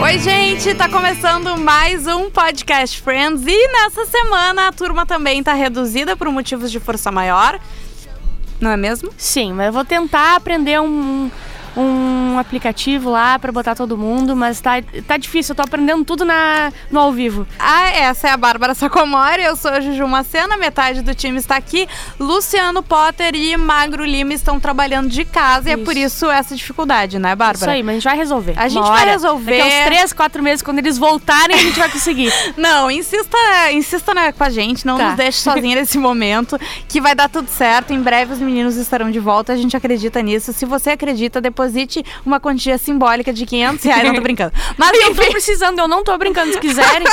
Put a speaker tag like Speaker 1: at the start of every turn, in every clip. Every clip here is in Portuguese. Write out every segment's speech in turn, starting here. Speaker 1: Oi, gente, tá começando mais um Podcast Friends e nessa semana a turma também tá reduzida por motivos de força maior. Não é mesmo?
Speaker 2: Sim, mas eu vou tentar aprender um, um aplicativo lá pra botar todo mundo, mas tá, tá difícil, eu tô aprendendo tudo na, no ao vivo.
Speaker 1: Ah, essa é a Bárbara Sacomori, eu sou a Juju Macena, metade do time está aqui. Luciano Potter e Magro Lima estão trabalhando de casa e é
Speaker 2: Isso.
Speaker 1: por isso essa dificuldade, né,
Speaker 2: Isso
Speaker 1: Bárbara?
Speaker 2: aí, mas a gente vai resolver.
Speaker 1: A gente
Speaker 2: Uma
Speaker 1: vai
Speaker 2: hora,
Speaker 1: resolver.
Speaker 2: Daqui a uns 3, 4 meses, quando eles voltarem, a gente vai conseguir.
Speaker 1: Não, insista, insista né, com a gente, não
Speaker 2: Tá.
Speaker 1: nos deixe sozinha nesse momento, que vai dar tudo certo. Em breve os meninos estarão de volta, a gente acredita nisso. Se você acredita, deposite uma quantia simbólica de 500 reais, não tô brincando. Mas
Speaker 2: eu tô
Speaker 1: enfim,
Speaker 2: precisando, eu não tô brincando, se quiserem.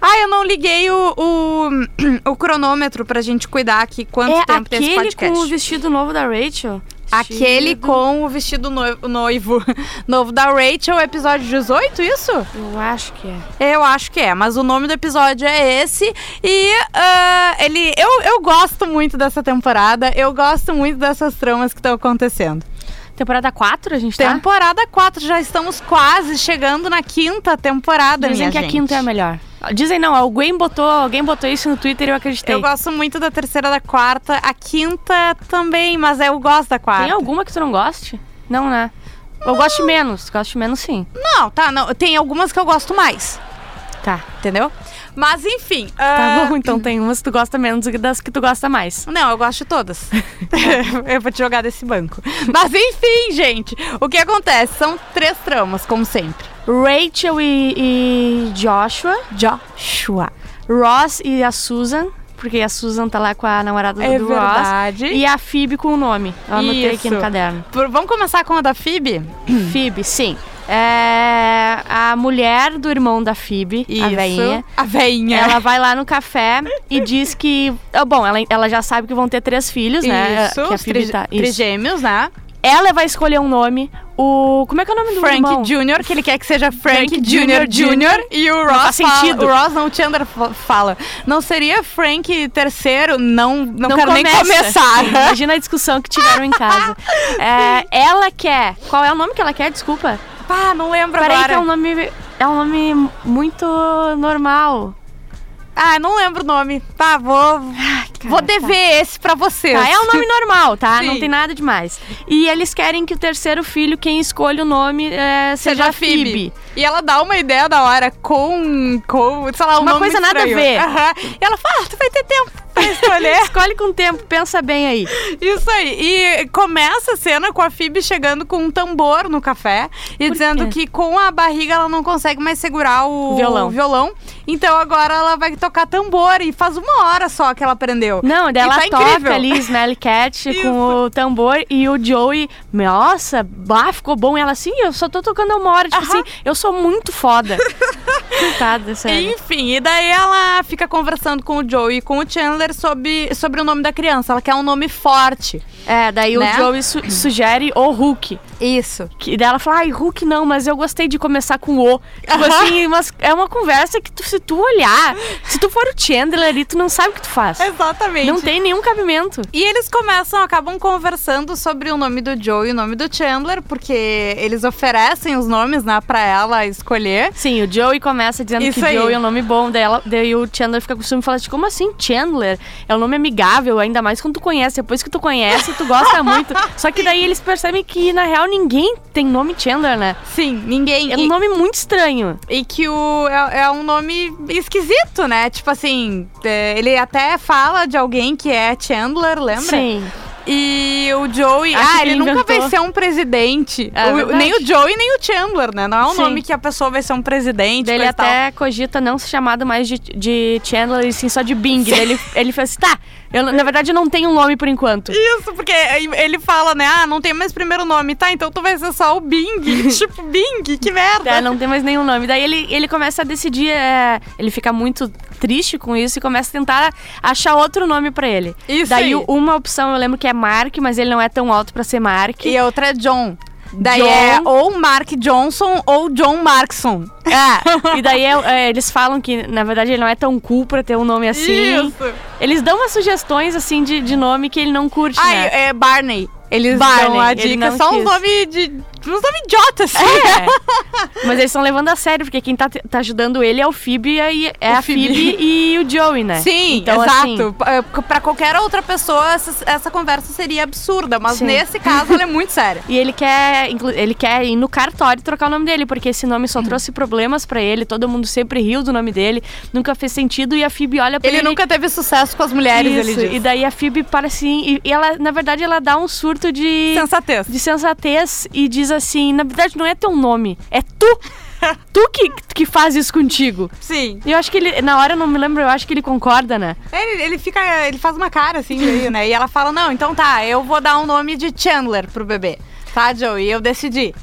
Speaker 1: ah, eu não liguei o, o, o cronômetro pra gente cuidar aqui quanto
Speaker 2: é
Speaker 1: tempo tem esse
Speaker 2: aquele com
Speaker 1: podcast.
Speaker 2: o vestido novo da Rachel.
Speaker 1: Aquele
Speaker 2: Vestido-
Speaker 1: com o vestido noivo, noivo novo da Rachel, episódio 18, isso?
Speaker 2: Eu acho que é.
Speaker 1: Eu acho que é, mas o nome do episódio é esse. E ah, ele. Eu, eu gosto muito dessa temporada, eu gosto muito dessas tramas que estão acontecendo.
Speaker 2: Tá. Temporada 4 a gente tá?
Speaker 1: Temporada 4, já estamos quase chegando na quinta temporada,
Speaker 2: Dizem
Speaker 1: minha
Speaker 2: que a
Speaker 1: gente.
Speaker 2: quinta é a melhor. Dizem não, alguém botou, alguém botou isso no Twitter e eu acreditei.
Speaker 1: Eu gosto muito da terceira, da quarta, a quinta também, mas eu gosto da quarta.
Speaker 2: Tem alguma que tu não goste? Não, né? Eu gosto menos, gosto menos sim.
Speaker 1: Não, tá, não. Tem algumas que eu gosto mais,
Speaker 2: Tá.
Speaker 1: entendeu? Mas enfim.
Speaker 2: Tá
Speaker 1: ah,
Speaker 2: bom, então tem umas que tu gosta menos e das que tu gosta mais.
Speaker 1: Não, eu gosto de todas. É, eu vou te jogar desse banco. Mas enfim, gente, o que acontece? São três tramas, como sempre.
Speaker 2: Rachel e, e Joshua,
Speaker 1: Joshua.
Speaker 2: Ross e a Susan, porque a Susan tá lá com a namorada
Speaker 1: É
Speaker 2: do Ross.
Speaker 1: verdade.
Speaker 2: E a Phoebe com o nome. Eu anotei aqui
Speaker 1: Isso.
Speaker 2: no caderno.
Speaker 1: Por- vamos começar com a da Phoebe?
Speaker 2: Phoebe, sim. É, a mulher do irmão da Phoebe, a veinha.
Speaker 1: A veinha.
Speaker 2: Ela vai lá no café e diz que. ah, Bom, ela, ela já sabe que vão ter três filhos, né?
Speaker 1: Isso,
Speaker 2: Que a
Speaker 1: os
Speaker 2: Phoebe
Speaker 1: tri-
Speaker 2: tá- isso.
Speaker 1: trigêmeos, né?
Speaker 2: Ela vai escolher um nome. O. Como é que é o nome do
Speaker 1: Frank
Speaker 2: irmão?
Speaker 1: Jr., que ele quer que seja Frank
Speaker 2: Frank
Speaker 1: Jr. Jr. E o Ross
Speaker 2: faz
Speaker 1: fala-
Speaker 2: sentido.
Speaker 1: O Ross, não, o Chandler fa- fala. Não seria Frank terceiro? Não, não, quero nem
Speaker 2: começa.
Speaker 1: começar.
Speaker 2: Imagina a discussão que tiveram em casa. É, ela quer. Qual é o nome que ela quer? Desculpa.
Speaker 1: Pá, não lembro
Speaker 2: Peraí,
Speaker 1: agora.
Speaker 2: que é um nome. É um nome muito normal.
Speaker 1: Ah, não lembro o nome. Tá, vou. vou dever esse pra vocês.
Speaker 2: Ah, Tá, é um nome normal, tá?
Speaker 1: Sim.
Speaker 2: Não tem nada demais. E eles querem que o terceiro filho, quem escolhe o nome, é, seja, a Phoebe.
Speaker 1: E ela dá uma ideia da hora com. com sei lá, um
Speaker 2: Uma
Speaker 1: nome
Speaker 2: coisa nada a
Speaker 1: estranho.
Speaker 2: ver.
Speaker 1: Aham. E ela fala: ah, tu vai ter tempo pra escolher.
Speaker 2: Escolhe com o tempo, pensa bem aí.
Speaker 1: Isso aí. E começa a cena com a Phoebe chegando com um tambor no café e dizendo que com a barriga ela não consegue mais segurar o
Speaker 2: Violão.
Speaker 1: o violão. Então agora ela vai tocar tambor e faz uma hora só que ela aprendeu.
Speaker 2: Não, daí
Speaker 1: E
Speaker 2: ela
Speaker 1: tá
Speaker 2: toca
Speaker 1: incrível.
Speaker 2: ali Smelly Cat
Speaker 1: Isso.
Speaker 2: com o tambor e o Joey, nossa, bah, ficou bom. E ela assim, eu só tô tocando há uma hora, tipo
Speaker 1: Aham.
Speaker 2: assim, eu sou muito foda. Coitada, sério.
Speaker 1: Enfim, e daí ela fica conversando com o Joe e com o Chandler sobre, sobre o nome da criança. Ela quer um nome forte.
Speaker 2: É, daí
Speaker 1: Né?
Speaker 2: o Joey su- sugere o Hulk.
Speaker 1: Isso.
Speaker 2: Que, daí ela fala, ai, Hulk não, mas eu gostei de começar com o. Tipo
Speaker 1: Aham.
Speaker 2: assim, mas é uma conversa que tu- se tu olhar, se tu for o Chandler ali, tu não sabe o que tu faz.
Speaker 1: É Exatamente.
Speaker 2: Não tem nenhum cabimento.
Speaker 1: E eles começam, acabam conversando sobre o nome do Joe e o nome do Chandler, porque eles oferecem os nomes, né, pra ela escolher.
Speaker 2: Sim, o Joey começa dizendo
Speaker 1: Isso
Speaker 2: que
Speaker 1: aí.
Speaker 2: Joey é um nome bom, daí, ela- daí o Chandler fica com ciúme e fala assim, como assim Chandler? É um nome amigável, ainda mais quando tu conhece, depois que tu conhece, tu gosta muito. Só que daí eles percebem que, na real, ninguém tem nome Chandler, né?
Speaker 1: Sim, ninguém.
Speaker 2: É um
Speaker 1: e-
Speaker 2: nome muito estranho.
Speaker 1: E que o, é, é um nome esquisito, né? Tipo assim, é, ele até fala de alguém que é Chandler, lembra?
Speaker 2: Sim.
Speaker 1: E o Joey.
Speaker 2: Acho
Speaker 1: ah,
Speaker 2: que
Speaker 1: ele,
Speaker 2: ele
Speaker 1: nunca
Speaker 2: inventou.
Speaker 1: vai ser um presidente.
Speaker 2: É
Speaker 1: O-
Speaker 2: verdade.
Speaker 1: nem o Joey, nem o Chandler, né? Não é um
Speaker 2: Sim.
Speaker 1: nome que a pessoa vai ser um presidente.
Speaker 2: Daí ele
Speaker 1: coisa e tal.
Speaker 2: até cogita não ser chamado mais de, de Chandler e sim só de Bing. Daí ele, ele fala assim, tá, eu, na verdade eu não tenho um nome por enquanto.
Speaker 1: Isso, porque ele fala, né? Ah, não tem mais primeiro nome. Tá, então tu vai ser só o Bing. tipo, Bing, que merda.
Speaker 2: É, não tem mais nenhum nome. Daí ele, ele começa a decidir, é, ele fica muito triste com isso e começa a tentar achar outro nome pra ele.
Speaker 1: Isso
Speaker 2: Daí
Speaker 1: aí.
Speaker 2: o- uma opção eu lembro que é Mark, mas ele não é tão alto pra ser Mark.
Speaker 1: E a outra é John. Daí
Speaker 2: John.
Speaker 1: é ou Mark Johnson ou John Markson. É.
Speaker 2: E daí é, é, eles falam que, na verdade, ele não é tão cool pra ter um nome assim.
Speaker 1: Isso.
Speaker 2: Eles dão umas sugestões, assim, de, de nome que ele não curte,
Speaker 1: Ah,
Speaker 2: né?
Speaker 1: é Barney. Eles
Speaker 2: Barney,
Speaker 1: dão a
Speaker 2: ele
Speaker 1: dica.
Speaker 2: não
Speaker 1: Só um
Speaker 2: quis.
Speaker 1: nome de uns nomes idiotas. assim.
Speaker 2: É. Mas eles estão levando a sério, porque quem tá, tá ajudando ele é o Phoebe, aí é
Speaker 1: O
Speaker 2: a Phoebe.
Speaker 1: Phoebe.
Speaker 2: e o Joey, né?
Speaker 1: Sim,
Speaker 2: Então, assim,
Speaker 1: exato. Pra- Pra qualquer outra pessoa, essa, essa conversa seria absurda, mas
Speaker 2: Sim.
Speaker 1: nesse caso ela é muito séria.
Speaker 2: E ele quer, inclu- ele quer ir no cartório trocar o nome dele, porque esse nome
Speaker 1: Uhum.
Speaker 2: só trouxe problemas pra ele, todo mundo sempre riu do nome dele, nunca fez sentido e a Phoebe olha pra ele.
Speaker 1: Ele nunca teve sucesso com as mulheres, ele
Speaker 2: Isso,
Speaker 1: diz.
Speaker 2: E daí a Phoebe para assim, e, e ela, na verdade, ela dá um surto de
Speaker 1: Sensatez.
Speaker 2: de sensatez e diz assim, na verdade não é teu nome, é tu. tu que que faz isso contigo.
Speaker 1: Sim.
Speaker 2: E Eu acho que ele, na hora eu não me lembro, eu acho que ele concorda, né?
Speaker 1: Ele, ele fica. Ele faz uma cara assim daí, né? E ela fala: não, então tá, eu vou dar um nome de Chandler pro bebê. Tá, Joey? Eu decidi.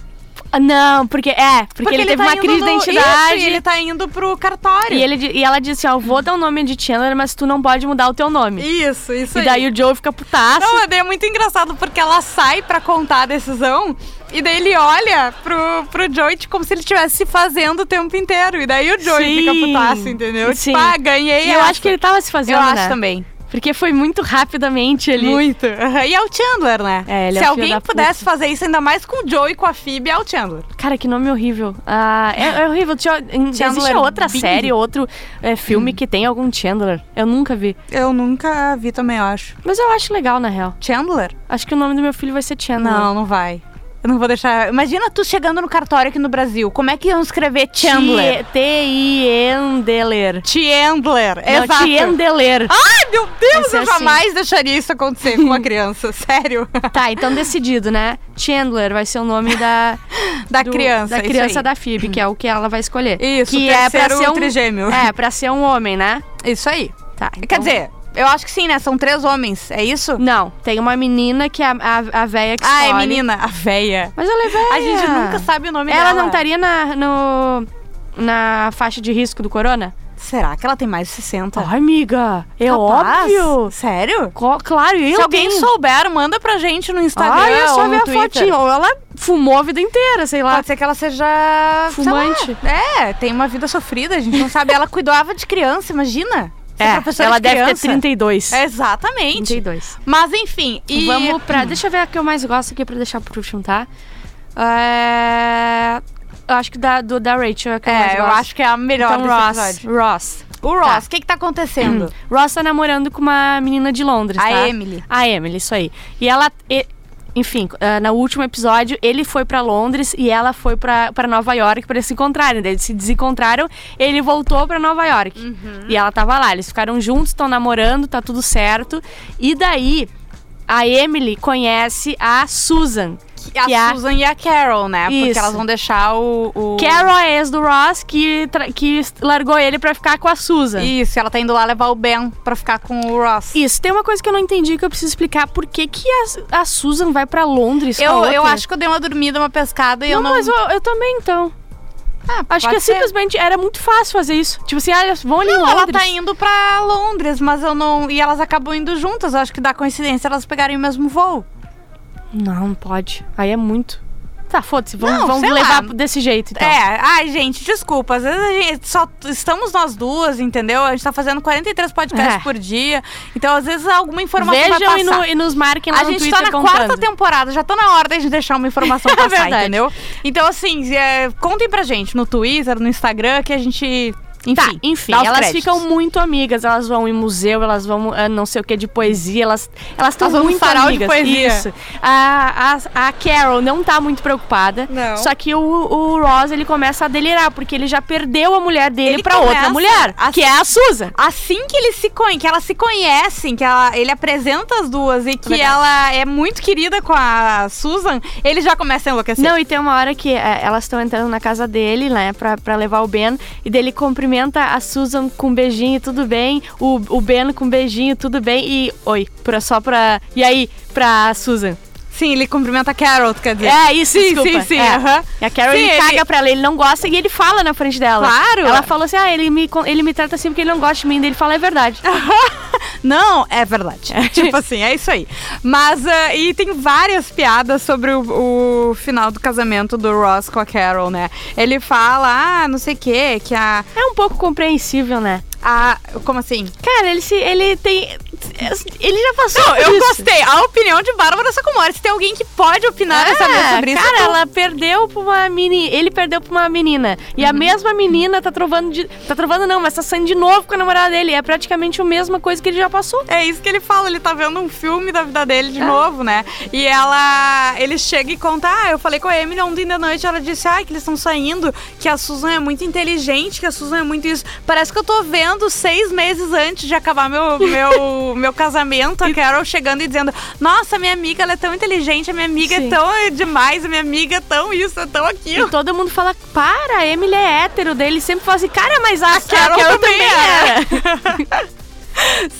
Speaker 2: Ah, Não, porque é, porque, ele, teve
Speaker 1: tá
Speaker 2: uma
Speaker 1: indo
Speaker 2: crise de
Speaker 1: no-
Speaker 2: identidade.
Speaker 1: Isso, e ele tá indo pro cartório.
Speaker 2: E, ele, di- e ela disse, ó, eu vou dar o nome de Chandler, mas tu não pode mudar o teu nome.
Speaker 1: Isso, isso
Speaker 2: E daí
Speaker 1: aí.
Speaker 2: o Joe fica putaço.
Speaker 1: Não, daí é muito engraçado porque ela sai pra contar a decisão e daí ele olha pro, pro Joey tipo, como se ele estivesse fazendo o tempo inteiro. E daí o Joey
Speaker 2: Sim.
Speaker 1: fica putaço, entendeu?
Speaker 2: Sim.
Speaker 1: Tipo, ah, ganhei.
Speaker 2: E eu
Speaker 1: essa.
Speaker 2: acho que ele tava se fazendo,
Speaker 1: Eu acho
Speaker 2: né?
Speaker 1: também.
Speaker 2: Porque foi muito rapidamente ali.
Speaker 1: Muito. Aham. E é o Chandler, né?
Speaker 2: É, ele é
Speaker 1: se
Speaker 2: o filho
Speaker 1: alguém
Speaker 2: da puta.
Speaker 1: pudesse fazer isso, ainda mais com o Joey e com a Phoebe, é o Chandler.
Speaker 2: Cara, que nome horrível. Ah, é, é horrível. Tinha- Existe
Speaker 1: Chandler
Speaker 2: outra
Speaker 1: Bing.
Speaker 2: série, outro é, filme que tem algum Chandler. Eu nunca vi.
Speaker 1: Eu nunca vi também, eu acho.
Speaker 2: Mas eu acho legal, na real.
Speaker 1: Chandler?
Speaker 2: Acho que o nome do meu filho vai ser Chandler.
Speaker 1: Não, não vai. Eu não vou deixar. Imagina tu chegando no cartório aqui no Brasil. Como é que iam escrever Chandler?
Speaker 2: Ti- T-I-N-D-L-E-R.
Speaker 1: Chandler,
Speaker 2: Não,
Speaker 1: exato.
Speaker 2: Tiendeler.
Speaker 1: Ai, meu Deus,
Speaker 2: Esse é
Speaker 1: eu
Speaker 2: assim.
Speaker 1: jamais deixaria isso acontecer com uma criança, sério.
Speaker 2: Tá, então decidido, né? Chandler vai ser o nome da...
Speaker 1: Da
Speaker 2: do-
Speaker 1: criança,
Speaker 2: Da
Speaker 1: isso
Speaker 2: criança
Speaker 1: aí.
Speaker 2: da Phoebe, que é o que ela vai escolher.
Speaker 1: Isso,
Speaker 2: que é pra
Speaker 1: terceiro
Speaker 2: ser um
Speaker 1: trigêmeo.
Speaker 2: É, pra ser um homem, né?
Speaker 1: Isso aí.
Speaker 2: Tá.
Speaker 1: Quer
Speaker 2: então-
Speaker 1: dizer, eu acho que sim, né? São três homens, é isso?
Speaker 2: Não, tem uma menina que é a, a, a véia que
Speaker 1: Ah, é
Speaker 2: escolhe.
Speaker 1: menina, a véia.
Speaker 2: Mas ela é véia.
Speaker 1: A gente nunca sabe o nome
Speaker 2: Ela
Speaker 1: dela.
Speaker 2: não tá- estaria na, no, na faixa de risco do corona?
Speaker 1: Será que ela tem mais de 60?
Speaker 2: Tá. Ai, amiga, é
Speaker 1: Capaz?
Speaker 2: óbvio.
Speaker 1: Sério?
Speaker 2: Co- claro, eu
Speaker 1: Se alguém
Speaker 2: tenho.
Speaker 1: souber, manda pra gente no Instagram
Speaker 2: Ai, eu
Speaker 1: ou
Speaker 2: só
Speaker 1: no
Speaker 2: vi a
Speaker 1: Twitter.
Speaker 2: fotinha. Ou ela fumou a vida inteira, sei lá.
Speaker 1: Pode ser que ela seja... sei
Speaker 2: Fumante.
Speaker 1: lá, é, tem uma vida sofrida, a gente não sabe. Ela cuidava de criança, imagina.
Speaker 2: é
Speaker 1: Ser professora
Speaker 2: ela
Speaker 1: de
Speaker 2: deve ter
Speaker 1: criança. É,
Speaker 2: 32.
Speaker 1: Exatamente.
Speaker 2: 32.
Speaker 1: Mas enfim, e
Speaker 2: Vamos pra... Deixa eu ver a que eu mais gosto aqui pra deixar pro último, tá? É... Eu acho que da, do, da Rachel é a que eu mais
Speaker 1: É, eu
Speaker 2: gosto.
Speaker 1: acho que é a melhor
Speaker 2: Então,
Speaker 1: desse
Speaker 2: Ross.
Speaker 1: episódio.
Speaker 2: Ross.
Speaker 1: O Ross, o que que tá acontecendo?
Speaker 2: Ross tá namorando com uma menina de Londres,
Speaker 1: A
Speaker 2: tá?
Speaker 1: Emily.
Speaker 2: A Emily, isso aí. E ela... e- enfim, ah, no último episódio, ele foi pra Londres e ela foi pra pra Nova York pra se encontrarem. Daí eles se desencontraram, ele voltou pra Nova York.
Speaker 1: Uhum.
Speaker 2: E ela tava lá. Eles ficaram juntos, estão namorando, tá tudo certo. E daí, a Emily conhece a Susan.
Speaker 1: a
Speaker 2: que é a-
Speaker 1: Susan e a Carol, né? Porque
Speaker 2: Isso.
Speaker 1: elas vão deixar o... o...
Speaker 2: Carol é ex do Ross, que, tra- que largou ele pra ficar com a Susan.
Speaker 1: Isso, ela tá indo lá levar o Ben pra ficar com o Ross.
Speaker 2: Isso, tem uma coisa que eu não entendi que eu preciso explicar. Por que, que a, a Susan vai pra Londres com a
Speaker 1: Eu, eu
Speaker 2: outra?
Speaker 1: acho que eu dei uma dormida, uma pescada e
Speaker 2: Não,
Speaker 1: eu não...
Speaker 2: mas eu, eu também, então.
Speaker 1: Ah,
Speaker 2: Acho que
Speaker 1: pode
Speaker 2: é
Speaker 1: ser.
Speaker 2: simplesmente era muito fácil fazer isso. Tipo assim, ah, eles vão ali
Speaker 1: Não,
Speaker 2: em
Speaker 1: ela
Speaker 2: Londres.
Speaker 1: tá indo pra Londres, mas eu não... E elas acabam indo juntas, eu acho que dá coincidência elas pegarem o mesmo voo.
Speaker 2: Não, não pode. Aí é muito. Tá, foda-se, vamos,
Speaker 1: Não,
Speaker 2: vamos
Speaker 1: sei
Speaker 2: levar
Speaker 1: lá.
Speaker 2: desse jeito, então.
Speaker 1: É, ai, gente, desculpa. Às vezes a gente só estamos nós duas, entendeu? A gente tá fazendo 43 podcasts
Speaker 2: É.
Speaker 1: por dia. Então, às vezes, alguma informação vai
Speaker 2: Vejam
Speaker 1: passar.
Speaker 2: e, no- e nos marquem lá
Speaker 1: a
Speaker 2: no
Speaker 1: gente
Speaker 2: Twitter
Speaker 1: tá na
Speaker 2: contando. É
Speaker 1: quarta temporada, já tá na hora da gente deixar uma informação passar,
Speaker 2: verdade.
Speaker 1: entendeu? Então, assim, é, contem pra gente no Twitter, no Instagram, que a gente. Enfim,
Speaker 2: Tá, enfim,
Speaker 1: dá os
Speaker 2: elas
Speaker 1: créditos.
Speaker 2: ficam muito amigas, elas vão em museu, elas vão ah, não sei o que de poesia, elas elas estão
Speaker 1: Elas vão num
Speaker 2: muito
Speaker 1: sarau de
Speaker 2: amigas.
Speaker 1: poesia.
Speaker 2: Isso. A, a, a Carol não tá muito preocupada.
Speaker 1: Não.
Speaker 2: Só que o, o Ross ele começa a delirar porque ele já perdeu a mulher dele
Speaker 1: Ele
Speaker 2: pra outra
Speaker 1: começa
Speaker 2: mulher,
Speaker 1: a-
Speaker 2: que é a Susan.
Speaker 1: Assim que eles se conhecem, que elas se conhecem, que ela- ele apresenta as duas e que
Speaker 2: Verdade.
Speaker 1: ela é muito querida com a Susan, ele já começa a enlouquecer.
Speaker 2: Não, e tem uma hora que é, elas estão entrando na casa dele, né, pra, pra levar o Ben, e daí ele cumprimenta a Susan com um beijinho, tudo bem, o, o Ben com um beijinho, tudo bem, e oi, pra, só pra. E aí, pra Susan.
Speaker 1: Sim, ele cumprimenta a Carol, quer dizer.
Speaker 2: É, isso,
Speaker 1: Sim, sim,
Speaker 2: desculpa.
Speaker 1: sim,
Speaker 2: É.
Speaker 1: aham.
Speaker 2: E a Carol,
Speaker 1: Sim,
Speaker 2: ele,
Speaker 1: ele-
Speaker 2: caga pra ela, ele não gosta e ele fala na frente dela.
Speaker 1: Claro.
Speaker 2: Ela falou assim, ah, ele me, con- ele me trata assim porque ele não gosta de mim. Daí ele fala, é verdade.
Speaker 1: Não, é verdade. tipo assim, é isso aí. Mas, ah, e tem várias piadas sobre o, o final do casamento do Ross com a Carol, né? Ele fala, ah, não sei o quê, que a,
Speaker 2: É um pouco compreensível, né?
Speaker 1: a. Como assim?
Speaker 2: Cara, ele se, ele tem... Ele já passou
Speaker 1: Não,
Speaker 2: por
Speaker 1: eu
Speaker 2: isso.
Speaker 1: gostei. A opinião de Bárbara Sacomori. Se tem alguém que pode opinar nessa mesa sobre isso,
Speaker 2: É, cara,
Speaker 1: tu-
Speaker 2: ela perdeu pra uma meni... ele perdeu pra uma menina. E
Speaker 1: Uhum.
Speaker 2: a mesma menina tá trovando de... Tá trovando não, mas tá saindo de novo com a namorada dele. É praticamente a mesma coisa que ele já passou.
Speaker 1: É isso que ele fala, ele tá vendo um filme da vida dele de
Speaker 2: É.
Speaker 1: novo, né? E ela. Ele chega e conta: Ah, eu falei com a Emily ontem da noite, ela disse, ah, que eles estão saindo, que a Susan é muito inteligente, que a Susan é muito isso. Parece que eu tô vendo seis meses antes de acabar meu, meu, meu casamento, a Carol chegando e dizendo: Nossa, minha amiga, ela é tão inteligente, a minha amiga é
Speaker 2: Sim.
Speaker 1: tão eh, demais, a minha amiga é tão isso, é tão
Speaker 2: E
Speaker 1: aquilo.
Speaker 2: todo mundo fala, para, a Emily é hétero dele. Sempre fala assim, cara, mas a, é." a
Speaker 1: Carol também é.
Speaker 2: era.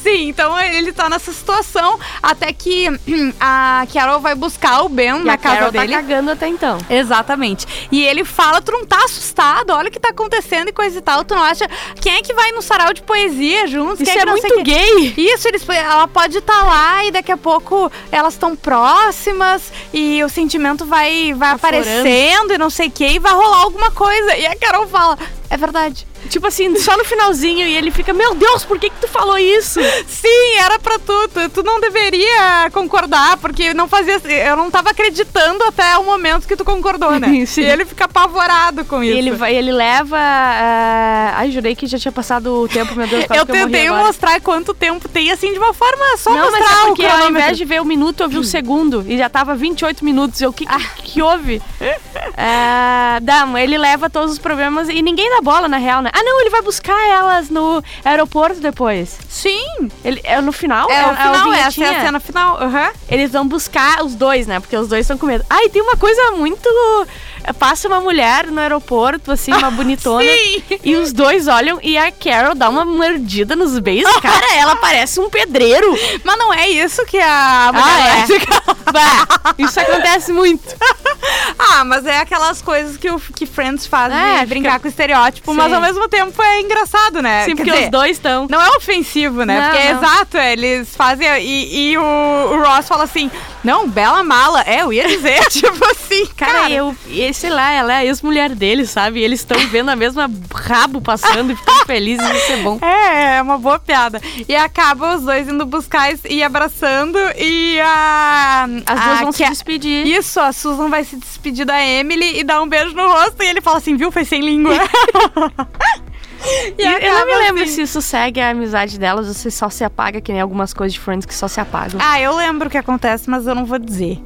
Speaker 1: Sim, então ele tá nessa situação até que a Carol vai buscar o Ben
Speaker 2: E
Speaker 1: na
Speaker 2: a
Speaker 1: casa
Speaker 2: Carol
Speaker 1: dele.
Speaker 2: tá cagando até então.
Speaker 1: Exatamente. E ele fala, tu não tá assustado, olha o que tá acontecendo e coisa e tal, tu não acha... Quem é que vai no sarau de poesia juntos?
Speaker 2: Isso
Speaker 1: Quem
Speaker 2: é
Speaker 1: que não sei
Speaker 2: muito
Speaker 1: que-
Speaker 2: gay.
Speaker 1: Isso, eles, ela pode estar lá e daqui a pouco elas estão próximas e o sentimento vai, vai
Speaker 2: Aflorando.
Speaker 1: aparecendo e não sei o que, e vai rolar alguma coisa. E a Carol fala, é verdade.
Speaker 2: Tipo assim, só no finalzinho. E ele fica, meu Deus, por que que tu falou isso?
Speaker 1: Sim, era pra tu, tu. tu não deveria concordar, porque não fazia. assim, Eu não tava acreditando até o momento que tu concordou, né?
Speaker 2: Sim.
Speaker 1: E ele fica apavorado com
Speaker 2: E
Speaker 1: isso.
Speaker 2: ele, vai- ele leva... ah, Ai, jurei que já tinha passado o tempo, meu Deus. quase
Speaker 1: Eu
Speaker 2: que morri
Speaker 1: tentei
Speaker 2: agora.
Speaker 1: mostrar quanto tempo tem, assim, de uma forma só
Speaker 2: Não,
Speaker 1: mostrar
Speaker 2: mas é
Speaker 1: o
Speaker 2: porque ao
Speaker 1: cronômetro. Hum.
Speaker 2: invés de ver o minuto, eu vi o segundo. E já tava 28 minutos. Eu, o que, que, que houve? Ah, dá, ele leva todos os problemas e ninguém dá bola, na real, né? Ah, não, ele vai buscar elas no aeroporto depois.
Speaker 1: Sim,
Speaker 2: Ele, é no final?
Speaker 1: é, o
Speaker 2: a
Speaker 1: final, essa
Speaker 2: vinhetinha?
Speaker 1: é a cena final. Aham.
Speaker 2: Eles vão buscar os dois, né? Porque os dois estão com medo. Ah, e tem uma coisa muito... é, Passa uma mulher no aeroporto, assim, uma bonitona.
Speaker 1: Sim!
Speaker 2: E os dois olham e a Carol dá uma mordida nos beijos. Cara, ela parece um pedreiro.
Speaker 1: Mas não é isso que a mulher
Speaker 2: Ah, é?
Speaker 1: lésbica-
Speaker 2: Bah, isso acontece muito.
Speaker 1: ah, mas é aquelas coisas que, o, que Friends faz
Speaker 2: É,
Speaker 1: de
Speaker 2: fica-
Speaker 1: brincar com estereótipo, mas
Speaker 2: Sim.
Speaker 1: ao mesmo tempo é engraçado, né?
Speaker 2: Sim,
Speaker 1: Quer
Speaker 2: porque
Speaker 1: dizer,
Speaker 2: os dois estão.
Speaker 1: Não é ofensivo, né?
Speaker 2: Não,
Speaker 1: Porque é
Speaker 2: não.
Speaker 1: exato, é, eles fazem. E, e o, o Ross fala assim: não, bela mala. É, eu ia dizer, tipo assim, cara.
Speaker 2: Cara, eu, e, sei lá, ela é a ex-mulher dele, sabe? E eles estão vendo a mesma rabo passando e ficam felizes, isso é bom.
Speaker 1: É, é uma boa piada. E acaba os dois indo buscar e- e abraçando, e a.
Speaker 2: As
Speaker 1: a
Speaker 2: duas vão se
Speaker 1: Ca-
Speaker 2: despedir.
Speaker 1: Isso, a Susan vai se despedir da Emily e dar um beijo no rosto, e ele fala assim, viu, foi sem língua.
Speaker 2: E eu não me
Speaker 1: acaba
Speaker 2: lembro
Speaker 1: assim.
Speaker 2: se isso segue a amizade delas ou se só se apaga, que nem algumas coisas de Friends que só se apagam.
Speaker 1: Ah, eu lembro o que acontece, mas eu não vou dizer.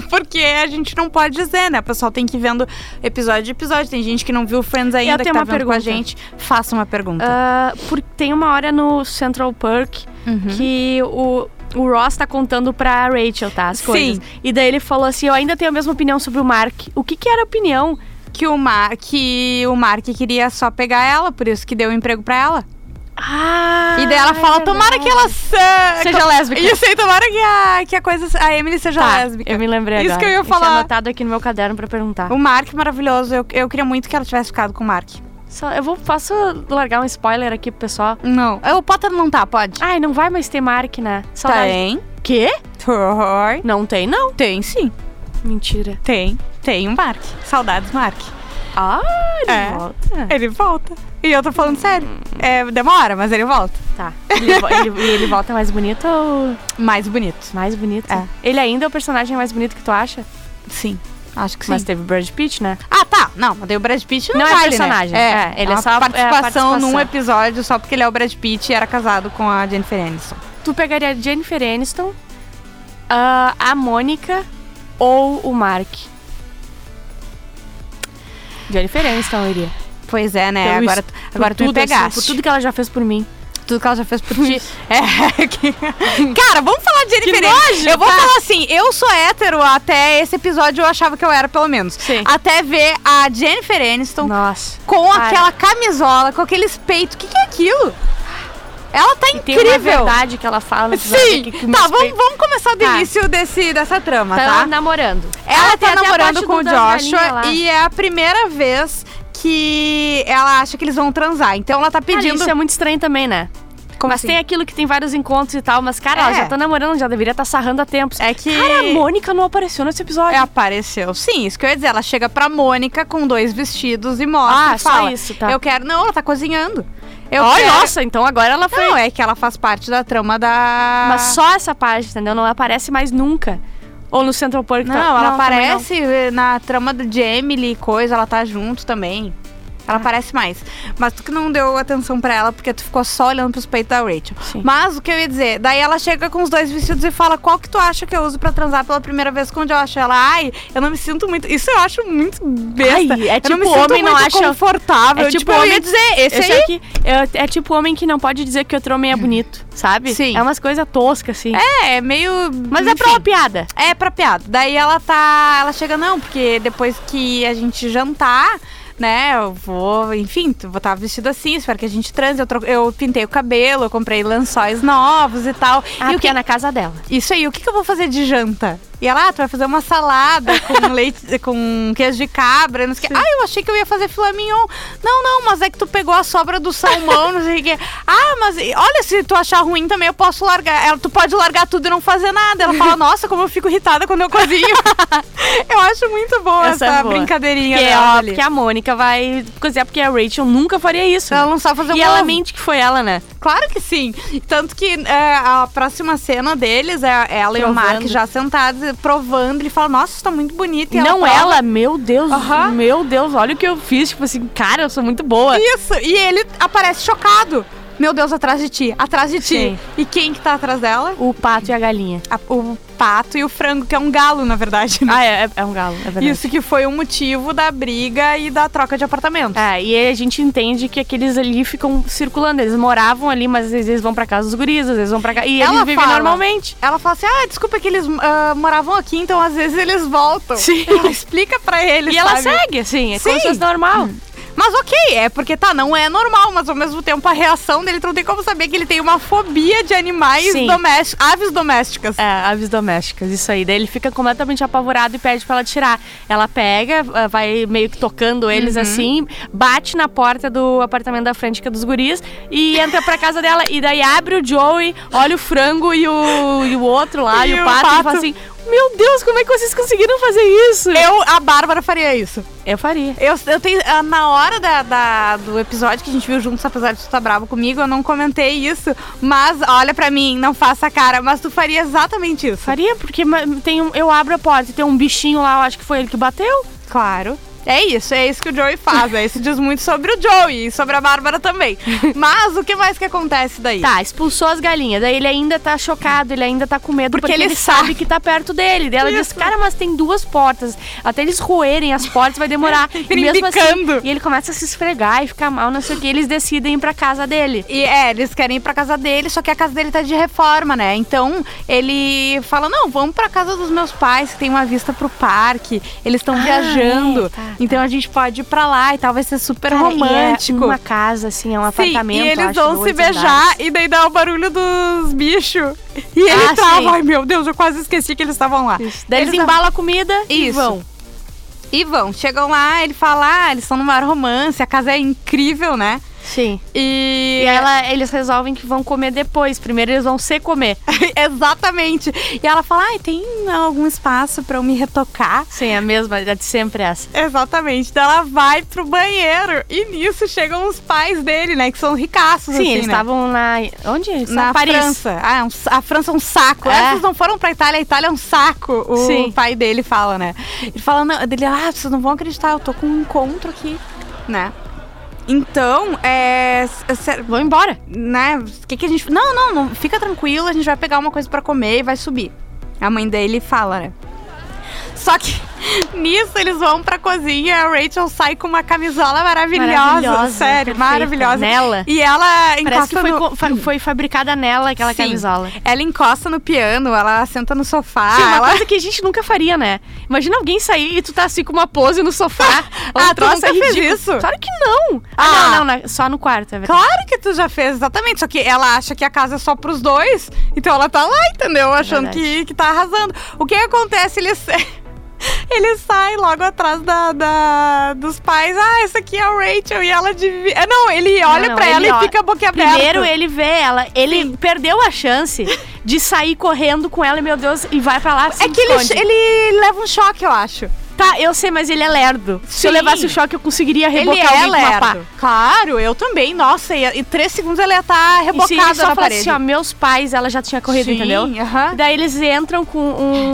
Speaker 1: Porque a gente não pode dizer, né? O pessoal tem que ir vendo episódio de episódio. Tem gente que não viu Friends ainda, que
Speaker 2: tenho
Speaker 1: tá
Speaker 2: uma
Speaker 1: vendo com a
Speaker 2: pergunta.
Speaker 1: gente. Faça uma pergunta.
Speaker 2: Ah, porque tem uma hora no Central Park
Speaker 1: Uhum.
Speaker 2: que o, o Ross tá contando pra Rachel, tá? As
Speaker 1: Sim.
Speaker 2: coisas. E daí ele falou assim: Eu ainda tenho a mesma opinião sobre o Mark. O que, que era a opinião?
Speaker 1: Que, o Mar, que o Mark queria só pegar ela, por isso que deu o emprego pra ela.
Speaker 2: Ah!
Speaker 1: e daí ela
Speaker 2: é
Speaker 1: fala, tomara
Speaker 2: verdade."
Speaker 1: que ela... se-
Speaker 2: Seja lésbica.
Speaker 1: Isso aí, tomara que a, que a coisa... A Emily seja
Speaker 2: Tá,
Speaker 1: lésbica.
Speaker 2: Eu me lembrei
Speaker 1: Isso
Speaker 2: agora.
Speaker 1: que eu ia
Speaker 2: Tinha
Speaker 1: falar.
Speaker 2: anotado aqui no meu caderno pra perguntar.
Speaker 1: O Mark maravilhoso. Eu, eu queria muito que ela tivesse ficado com o Mark.
Speaker 2: Só- eu vou, posso largar um spoiler aqui pro pessoal?
Speaker 1: Não. então O Potter não tá, pode?
Speaker 2: Ai, não vai mais ter Mark, né?
Speaker 1: Tá, Tem.
Speaker 2: Quê?
Speaker 1: Thor.
Speaker 2: Não tem, não.
Speaker 1: Tem sim.
Speaker 2: Mentira.
Speaker 1: Tem, tem um Mark. Saudades, Mark.
Speaker 2: Ah, ele
Speaker 1: É.
Speaker 2: volta.
Speaker 1: Ele volta. E eu tô falando sério. É, demora, mas ele volta.
Speaker 2: Tá. Ele, vo- ele- e ele volta mais bonito ou
Speaker 1: Mais bonito.
Speaker 2: mais bonito?
Speaker 1: É.
Speaker 2: Ele ainda é o personagem mais bonito que tu acha?
Speaker 1: Sim. Acho que sim.
Speaker 2: Mas teve Brad Pitt, né?
Speaker 1: Ah, tá. Não, mas daí o Brad Pitt não,
Speaker 2: Não é
Speaker 1: vale,
Speaker 2: personagem.
Speaker 1: Né?
Speaker 2: É, ele é
Speaker 1: uma
Speaker 2: só- é a
Speaker 1: participação,
Speaker 2: participação.
Speaker 1: num episódio só porque ele é o Brad Pitt e era casado com a Jennifer Aniston.
Speaker 2: Tu pegaria a Jennifer Aniston, ah, a Mônica ou o Mark? Jennifer Aniston eu iria.
Speaker 1: Pois é, né?
Speaker 2: Pelo
Speaker 1: agora
Speaker 2: isso, Por
Speaker 1: agora tu me
Speaker 2: tudo, assim,
Speaker 1: pegaste.
Speaker 2: por tudo que ela já fez por mim.
Speaker 1: Tudo que ela já fez por ti. É, que- Cara, vamos falar de Jennifer
Speaker 2: Que
Speaker 1: Aniston.
Speaker 2: nojo,
Speaker 1: Eu vou
Speaker 2: tá.
Speaker 1: falar assim, eu sou hétero até esse episódio, eu achava que eu era, pelo menos.
Speaker 2: Sim.
Speaker 1: Até ver a Jennifer Aniston
Speaker 2: Nossa.
Speaker 1: com
Speaker 2: Cara.
Speaker 1: aquela camisola, com aqueles peitos. O que, que é aquilo? Ela tá
Speaker 2: Tem uma
Speaker 1: incrível.
Speaker 2: verdade que ela fala. no episódio
Speaker 1: Sim.
Speaker 2: que- que meus
Speaker 1: tá, vamos,
Speaker 2: peitos-
Speaker 1: vamos começar do
Speaker 2: Tá.
Speaker 1: início desse, dessa trama,
Speaker 2: Tá
Speaker 1: tá?
Speaker 2: namorando.
Speaker 1: Ela
Speaker 2: Ah, tem
Speaker 1: tá
Speaker 2: até a
Speaker 1: namorando
Speaker 2: parte
Speaker 1: com o
Speaker 2: do das galinhas
Speaker 1: Joshua
Speaker 2: lá.
Speaker 1: e é a primeira vez que ela acha que eles vão transar. Então ela tá
Speaker 2: Cara,
Speaker 1: pedindo.
Speaker 2: isso é muito estranho também, né?
Speaker 1: Como
Speaker 2: mas
Speaker 1: assim?
Speaker 2: tem aquilo que tem vários encontros e tal, mas, cara, ela
Speaker 1: É.
Speaker 2: já tá namorando, já deveria estar sarrando há tempos.
Speaker 1: É que-
Speaker 2: Cara, a Mônica não apareceu nesse episódio.
Speaker 1: É, apareceu. Sim, isso que eu ia dizer. Ela chega pra Mônica com dois vestidos e mostra.
Speaker 2: Ah,
Speaker 1: e
Speaker 2: só
Speaker 1: fala,
Speaker 2: isso, tá.
Speaker 1: Eu quero. Não, ela tá cozinhando. Eu
Speaker 2: Ó,
Speaker 1: quero-
Speaker 2: nossa, então agora ela foi.
Speaker 1: Não, ah. é que ela faz parte da trama da.
Speaker 2: Mas só essa parte, entendeu? Não aparece mais nunca. Ou no Central Park.
Speaker 1: Não,
Speaker 2: tá-
Speaker 1: ela
Speaker 2: também não.
Speaker 1: aparece eh, na trama de Emily e coisa, ela tá junto também. Ela
Speaker 2: Ah.
Speaker 1: aparece mais. Mas tu que não deu atenção pra ela, porque tu ficou só olhando pros peitos da Rachel.
Speaker 2: Sim.
Speaker 1: Mas o que eu ia dizer, daí ela chega com os dois vestidos e fala qual que tu acha que eu uso pra transar pela primeira vez com o Josh. Ela, ai, eu não me sinto muito... Isso eu acho muito besta.
Speaker 2: Ai, é
Speaker 1: eu não me
Speaker 2: tipo
Speaker 1: sinto
Speaker 2: homem não
Speaker 1: muito
Speaker 2: acha-
Speaker 1: confortável.
Speaker 2: É tipo
Speaker 1: eu
Speaker 2: homem-
Speaker 1: ia dizer, esse,
Speaker 2: Esse
Speaker 1: aí...
Speaker 2: aqui é, é tipo homem que não pode dizer que outro homem é bonito, sabe?
Speaker 1: Hum. Sim.
Speaker 2: É umas coisas toscas, assim.
Speaker 1: É, é meio...
Speaker 2: Mas é pra
Speaker 1: enfim.
Speaker 2: uma piada.
Speaker 1: É pra piada. Daí ela tá. Ela chega, não, porque depois que a gente jantar, né? Eu vou, enfim, tu- vou estar vestida assim, espero que a gente transe. Eu, tro- eu pintei o cabelo, eu comprei lençóis novos e tal.
Speaker 2: Ah,
Speaker 1: e o
Speaker 2: porque
Speaker 1: que...
Speaker 2: é na casa dela.
Speaker 1: Isso aí, o que, que eu vou fazer de janta? E ela, ah, tu vai fazer uma salada com leite, com queijo de cabra, não sei o que. Ah, eu achei que eu ia fazer filé mignon. Não, não, mas é que tu pegou a sobra do salmão, não sei o que. Ah, mas e- olha, se tu achar ruim também, eu posso largar. Ela, tu pode largar tudo e não fazer nada. Ela fala, nossa, como eu fico irritada quando eu cozinho. eu acho muito boa
Speaker 2: Essa
Speaker 1: essa,
Speaker 2: é boa.
Speaker 1: brincadeirinha
Speaker 2: Porque,
Speaker 1: dela
Speaker 2: ó,
Speaker 1: ali.
Speaker 2: porque a Mônica vai cozinhar, porque a Rachel nunca faria isso.
Speaker 1: Ela não sabe fazer
Speaker 2: e
Speaker 1: um
Speaker 2: ela
Speaker 1: ovo.
Speaker 2: mente que foi ela, né?
Speaker 1: Claro que sim. Tanto que é, a próxima cena deles é ela e o
Speaker 2: Provando.
Speaker 1: Mark já sentados, e provando. Ele fala, nossa, isso tá muito bonito. E
Speaker 2: não
Speaker 1: prova.
Speaker 2: ela, meu Deus,
Speaker 1: Aham.
Speaker 2: meu Deus, olha o que eu fiz. Tipo assim, cara, eu sou muito boa.
Speaker 1: Isso. E ele aparece chocado. Meu Deus, atrás de ti. Atrás de ti.
Speaker 2: Sim.
Speaker 1: E quem que tá atrás dela?
Speaker 2: O pato e a galinha.
Speaker 1: A- o pato e o frango, que é um galo, na verdade. né?
Speaker 2: Ah, é, é- é um galo, é verdade.
Speaker 1: Isso que foi o motivo da briga e da troca de apartamento.
Speaker 2: É, e aí a gente entende que aqueles ali ficam circulando. Eles moravam ali, mas às vezes eles vão pra casa dos guris, às vezes vão pra casa. E
Speaker 1: Ela
Speaker 2: eles vivem
Speaker 1: fala.
Speaker 2: normalmente.
Speaker 1: Ela fala assim: ah, desculpa que eles ah, moravam aqui, então às vezes eles voltam.
Speaker 2: Sim.
Speaker 1: Ela explica pra eles.
Speaker 2: E ela
Speaker 1: sabe?
Speaker 2: segue, assim, é como
Speaker 1: Sim.
Speaker 2: se fosse normal.
Speaker 1: Mas ok, é porque tá, não é normal, mas ao mesmo tempo a reação dele, tu não tem como saber que ele tem uma fobia de animais
Speaker 2: Sim.
Speaker 1: domésticos, aves domésticas.
Speaker 2: É, aves domésticas, isso aí. Daí ele fica completamente apavorado e pede pra ela tirar. Ela pega, ah, vai meio que tocando eles assim, bate na porta do apartamento da frente, que é dos guris, e entra pra casa dela. E daí abre o Joey, olha o frango e o, e o outro lá, e, o pato, e fala assim: Meu Deus, como é que vocês conseguiram fazer isso?
Speaker 1: Eu, a Bárbara, faria isso.
Speaker 2: Eu faria.
Speaker 1: Eu, eu tenho, ah, na hora da, da- do episódio que a gente viu juntos, apesar de tu tá bravo comigo, eu não comentei isso. Mas olha pra mim, não faça cara, mas tu faria exatamente isso.
Speaker 2: Faria, porque ma- tem um- eu abro a porta e tem um bichinho lá, eu acho que foi ele que bateu.
Speaker 1: Claro. É isso, é isso que o Joey faz. é isso diz muito sobre o Joey e sobre a Bárbara também. Mas o que mais que acontece daí?
Speaker 2: Tá, expulsou as galinhas. Daí ele ainda tá chocado, ele ainda tá com medo, porque,
Speaker 1: Porque
Speaker 2: ele,
Speaker 1: ele
Speaker 2: sabe que tá perto dele. Daí ela diz, cara, mas tem duas portas. Até eles roerem as portas vai demorar. e
Speaker 1: Ele
Speaker 2: mesmo assim,
Speaker 1: bicando.
Speaker 2: e ele começa a se esfregar e ficar mal, não sei o que. Eles decidem ir pra casa dele.
Speaker 1: E é, eles querem ir pra casa dele, só que a casa dele tá de reforma, né? Então ele fala: não, vamos pra casa dos meus pais, que tem uma vista pro parque, eles estão viajando.
Speaker 2: é, tá, tá.
Speaker 1: Então a gente pode ir pra lá e tal, vai ser super
Speaker 2: Cara, e
Speaker 1: romântico.
Speaker 2: É uma casa, assim, é um
Speaker 1: Sim,
Speaker 2: apartamento.
Speaker 1: e eles
Speaker 2: acho,
Speaker 1: vão
Speaker 2: dois
Speaker 1: se beijar
Speaker 2: andares.
Speaker 1: e daí dá o barulho dos bichos. E ele
Speaker 2: Ah,
Speaker 1: tava,
Speaker 2: sim.
Speaker 1: ai meu Deus, eu quase esqueci que eles estavam lá.
Speaker 2: Isso. Daí eles,
Speaker 1: Eles
Speaker 2: embalam a comida e
Speaker 1: Isso.
Speaker 2: vão.
Speaker 1: E vão, chegam lá, ele fala: ah, eles estão no maior romance, a casa é incrível, né?
Speaker 2: Sim.
Speaker 1: E, é-
Speaker 2: E aí ela, eles resolvem que vão comer depois. Primeiro eles vão se comer.
Speaker 1: Exatamente. E ela fala: ai, tem né, algum espaço pra eu me retocar?
Speaker 2: Sim, a mesma, é de sempre essa.
Speaker 1: Exatamente. Daí ela vai pro banheiro e nisso chegam os pais dele, né? Que são ricaços,
Speaker 2: Sim,
Speaker 1: assim,
Speaker 2: eles
Speaker 1: né?
Speaker 2: estavam na. Onde eles estavam?
Speaker 1: Na
Speaker 2: Paris.
Speaker 1: França. Ah, é um sa- a França é um saco.
Speaker 2: É.
Speaker 1: Essas não foram pra Itália, a Itália é um saco. O
Speaker 2: Sim.
Speaker 1: pai dele fala, né? Ele fala, não, dele, ah, vocês não vão acreditar, eu tô com um encontro aqui, né? Então, é. s- sério,
Speaker 2: Vão embora.
Speaker 1: né? O que, que a gente. Não, não, não, fica tranquilo, a gente vai pegar uma coisa pra comer e vai subir. A mãe dele fala, né? Só que nisso eles vão pra cozinha, a Rachel sai com uma camisola maravilhosa,
Speaker 2: Maravilhosa,
Speaker 1: sério,
Speaker 2: perfeita.
Speaker 1: maravilhosa.
Speaker 2: Nela.
Speaker 1: E ela encosta
Speaker 2: Parece que foi,
Speaker 1: no...
Speaker 2: co- fa- foi fabricada nela aquela
Speaker 1: Sim.
Speaker 2: camisola.
Speaker 1: Ela encosta no piano, ela senta no sofá,
Speaker 2: Sim, uma
Speaker 1: Ah, ela
Speaker 2: coisa que a gente nunca faria, né? Imagina alguém sair e tu tá assim com uma pose no sofá.
Speaker 1: Ah,
Speaker 2: um
Speaker 1: tu
Speaker 2: troço
Speaker 1: nunca
Speaker 2: é
Speaker 1: fez
Speaker 2: ridículo.
Speaker 1: isso?
Speaker 2: Claro que não. Ah,
Speaker 1: Ah.
Speaker 2: não, não, na- só no quarto, é verdade.
Speaker 1: Claro que tu já fez, exatamente. Só que ela acha que a casa é só pros dois, então ela tá lá, entendeu? Achando
Speaker 2: É verdade.
Speaker 1: que, que tá arrasando. O que acontece? Ele, sa- ele sai logo atrás da, da- dos pais. Ah, essa aqui é a Rachel. E ela devia. Ah, Não, ele olha
Speaker 2: não,
Speaker 1: pra
Speaker 2: ele
Speaker 1: ela
Speaker 2: olha-
Speaker 1: e fica boquiaberto.
Speaker 2: Primeiro ele vê ela, ele perdeu a chance de sair correndo com ela, e meu Deus, e vai pra lá. se
Speaker 1: É que ele,
Speaker 2: esconde.
Speaker 1: ele leva um choque, eu acho.
Speaker 2: Tá, eu sei, mas ele é lerdo. Se eu
Speaker 1: Sim.
Speaker 2: levasse o choque, eu conseguiria
Speaker 1: Ele
Speaker 2: rebocar
Speaker 1: é
Speaker 2: alguém com uma pá.
Speaker 1: lerdo. Claro, eu também. Nossa, e em três segundos ela ia estar
Speaker 2: E se
Speaker 1: rebocada
Speaker 2: ele só
Speaker 1: na
Speaker 2: falasse
Speaker 1: parede.
Speaker 2: assim, ó, meus pais, ela já tinha corrido,
Speaker 1: Sim,
Speaker 2: entendeu?
Speaker 1: aham.
Speaker 2: Daí eles entram com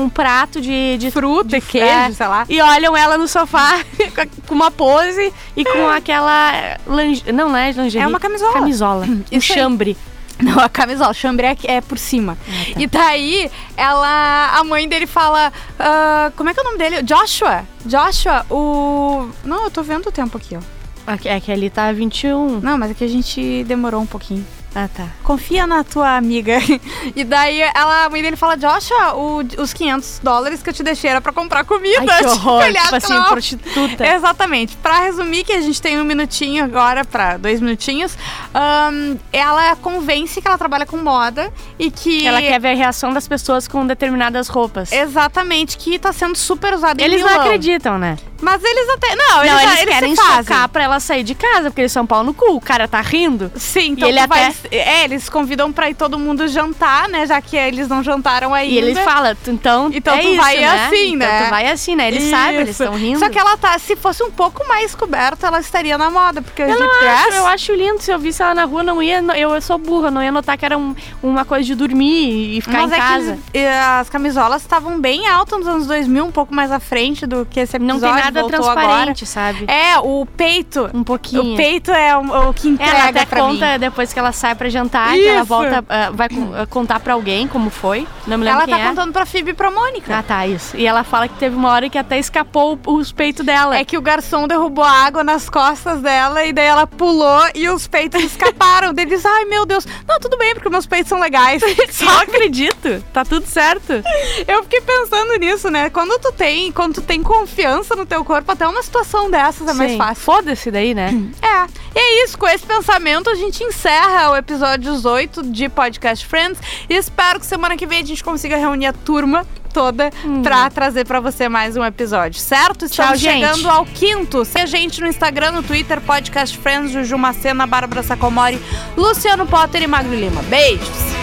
Speaker 2: um prato de, de
Speaker 1: Fruta,
Speaker 2: de
Speaker 1: e queijo, sei lá.
Speaker 2: E olham ela no sofá com a- com uma pose e com aquela. Lange... Não, não é lingerie.
Speaker 1: É uma camisola.
Speaker 2: Camisola. um
Speaker 1: Isso aí.
Speaker 2: chambre.
Speaker 1: Não, a camisola, o chambre é, é por cima.
Speaker 2: Ah, tá.
Speaker 1: E daí, ela. A mãe dele fala. ah, como é que é o nome dele? Joshua. Joshua, o. Não, eu tô vendo o tempo aqui, ó.
Speaker 2: Aqui- É que ali tá 21.
Speaker 1: Não, mas aqui a gente demorou um pouquinho.
Speaker 2: Ah, tá.
Speaker 1: Confia na tua amiga. E daí ela, a mãe dele fala: Joshua, o- os 500 dólares que eu te deixei era pra comprar comida.
Speaker 2: Ai, que
Speaker 1: Tipo,
Speaker 2: horror.
Speaker 1: ele
Speaker 2: Tipo assim,
Speaker 1: atrás.
Speaker 2: prostituta.
Speaker 1: É Exatamente. Pra resumir, que a gente tem um minutinho agora, pra dois minutinhos, ahn, ela convence que ela trabalha com moda e É que.
Speaker 2: Ela quer ver a reação das pessoas com determinadas roupas.
Speaker 1: Exatamente, que tá sendo super usada em
Speaker 2: Eles não
Speaker 1: Milão.
Speaker 2: acreditam, né?
Speaker 1: Mas eles até. Não, eles,
Speaker 2: não,
Speaker 1: já-
Speaker 2: eles,
Speaker 1: eles
Speaker 2: querem
Speaker 1: se fazem.
Speaker 2: socar pra ela sair de casa, porque eles são pau no cu. O cara tá rindo.
Speaker 1: Sim, então
Speaker 2: E ele
Speaker 1: tu vai- é, eles convidam pra ir todo mundo jantar, né? Já que eles não jantaram ainda.
Speaker 2: E ele fala, "Tu- então,
Speaker 1: Então
Speaker 2: é
Speaker 1: tu
Speaker 2: isso,
Speaker 1: vai
Speaker 2: né?
Speaker 1: assim,
Speaker 2: Então
Speaker 1: né?"
Speaker 2: tu vai assim, né? Eles sabem, eles
Speaker 1: Isso.
Speaker 2: estão rindo.
Speaker 1: Só que ela tá, se fosse um pouco mais coberta, ela estaria na moda, porque o
Speaker 2: eu não acho,
Speaker 1: GPS.
Speaker 2: eu acho lindo. Se eu visse ela na rua, não ia. não- Eu, eu sou burra, não ia notar que era um- uma coisa de dormir e ficar
Speaker 1: mas
Speaker 2: em
Speaker 1: é
Speaker 2: casa.
Speaker 1: que eles- eh, as camisolas estavam bem altas nos anos 2000, um pouco mais à frente do que esse episódio
Speaker 2: Não tem nada
Speaker 1: voltou
Speaker 2: transparente, sabe?
Speaker 1: Agora. É, o peito.
Speaker 2: Um pouquinho.
Speaker 1: O peito é o, o que entrega
Speaker 2: ela até
Speaker 1: pra
Speaker 2: conta
Speaker 1: mim.
Speaker 2: depois que ela sai pra jantar, que ela
Speaker 1: Isso.
Speaker 2: volta, ah, vai con- ah, contar pra alguém como foi. Não me lembro
Speaker 1: Ela
Speaker 2: quem
Speaker 1: tá
Speaker 2: é.
Speaker 1: contando pra Phoebe e pra Mônica.
Speaker 2: Ah, tá, isso. E ela fala que teve uma hora que até escapou o- os peitos dela.
Speaker 1: É que o garçom derrubou água nas costas dela e daí ela pulou e os peitos escaparam. Daí diz, ai meu Deus, não, tudo bem, porque meus peitos são legais.
Speaker 2: Não acredito. Tá tudo certo.
Speaker 1: Eu fiquei pensando nisso, né? Quando tu tem, quando tu tem confiança no teu corpo, até uma situação dessas é mais
Speaker 2: Sim.
Speaker 1: fácil.
Speaker 2: Foda-se daí, né?
Speaker 1: É. E é isso, com esse pensamento a gente encerra o episódio 18 de Podcast Friends. E espero que semana que vem a gente consiga reunir a turma toda pra trazer pra você mais um episódio, certo? Estamos
Speaker 2: gente.
Speaker 1: chegando ao quinto. Se a gente no Instagram, no Twitter, Podcast Friends, Juju Macena, Bárbara Sacomori, Luciano Potter e Magno Lima. Beijos!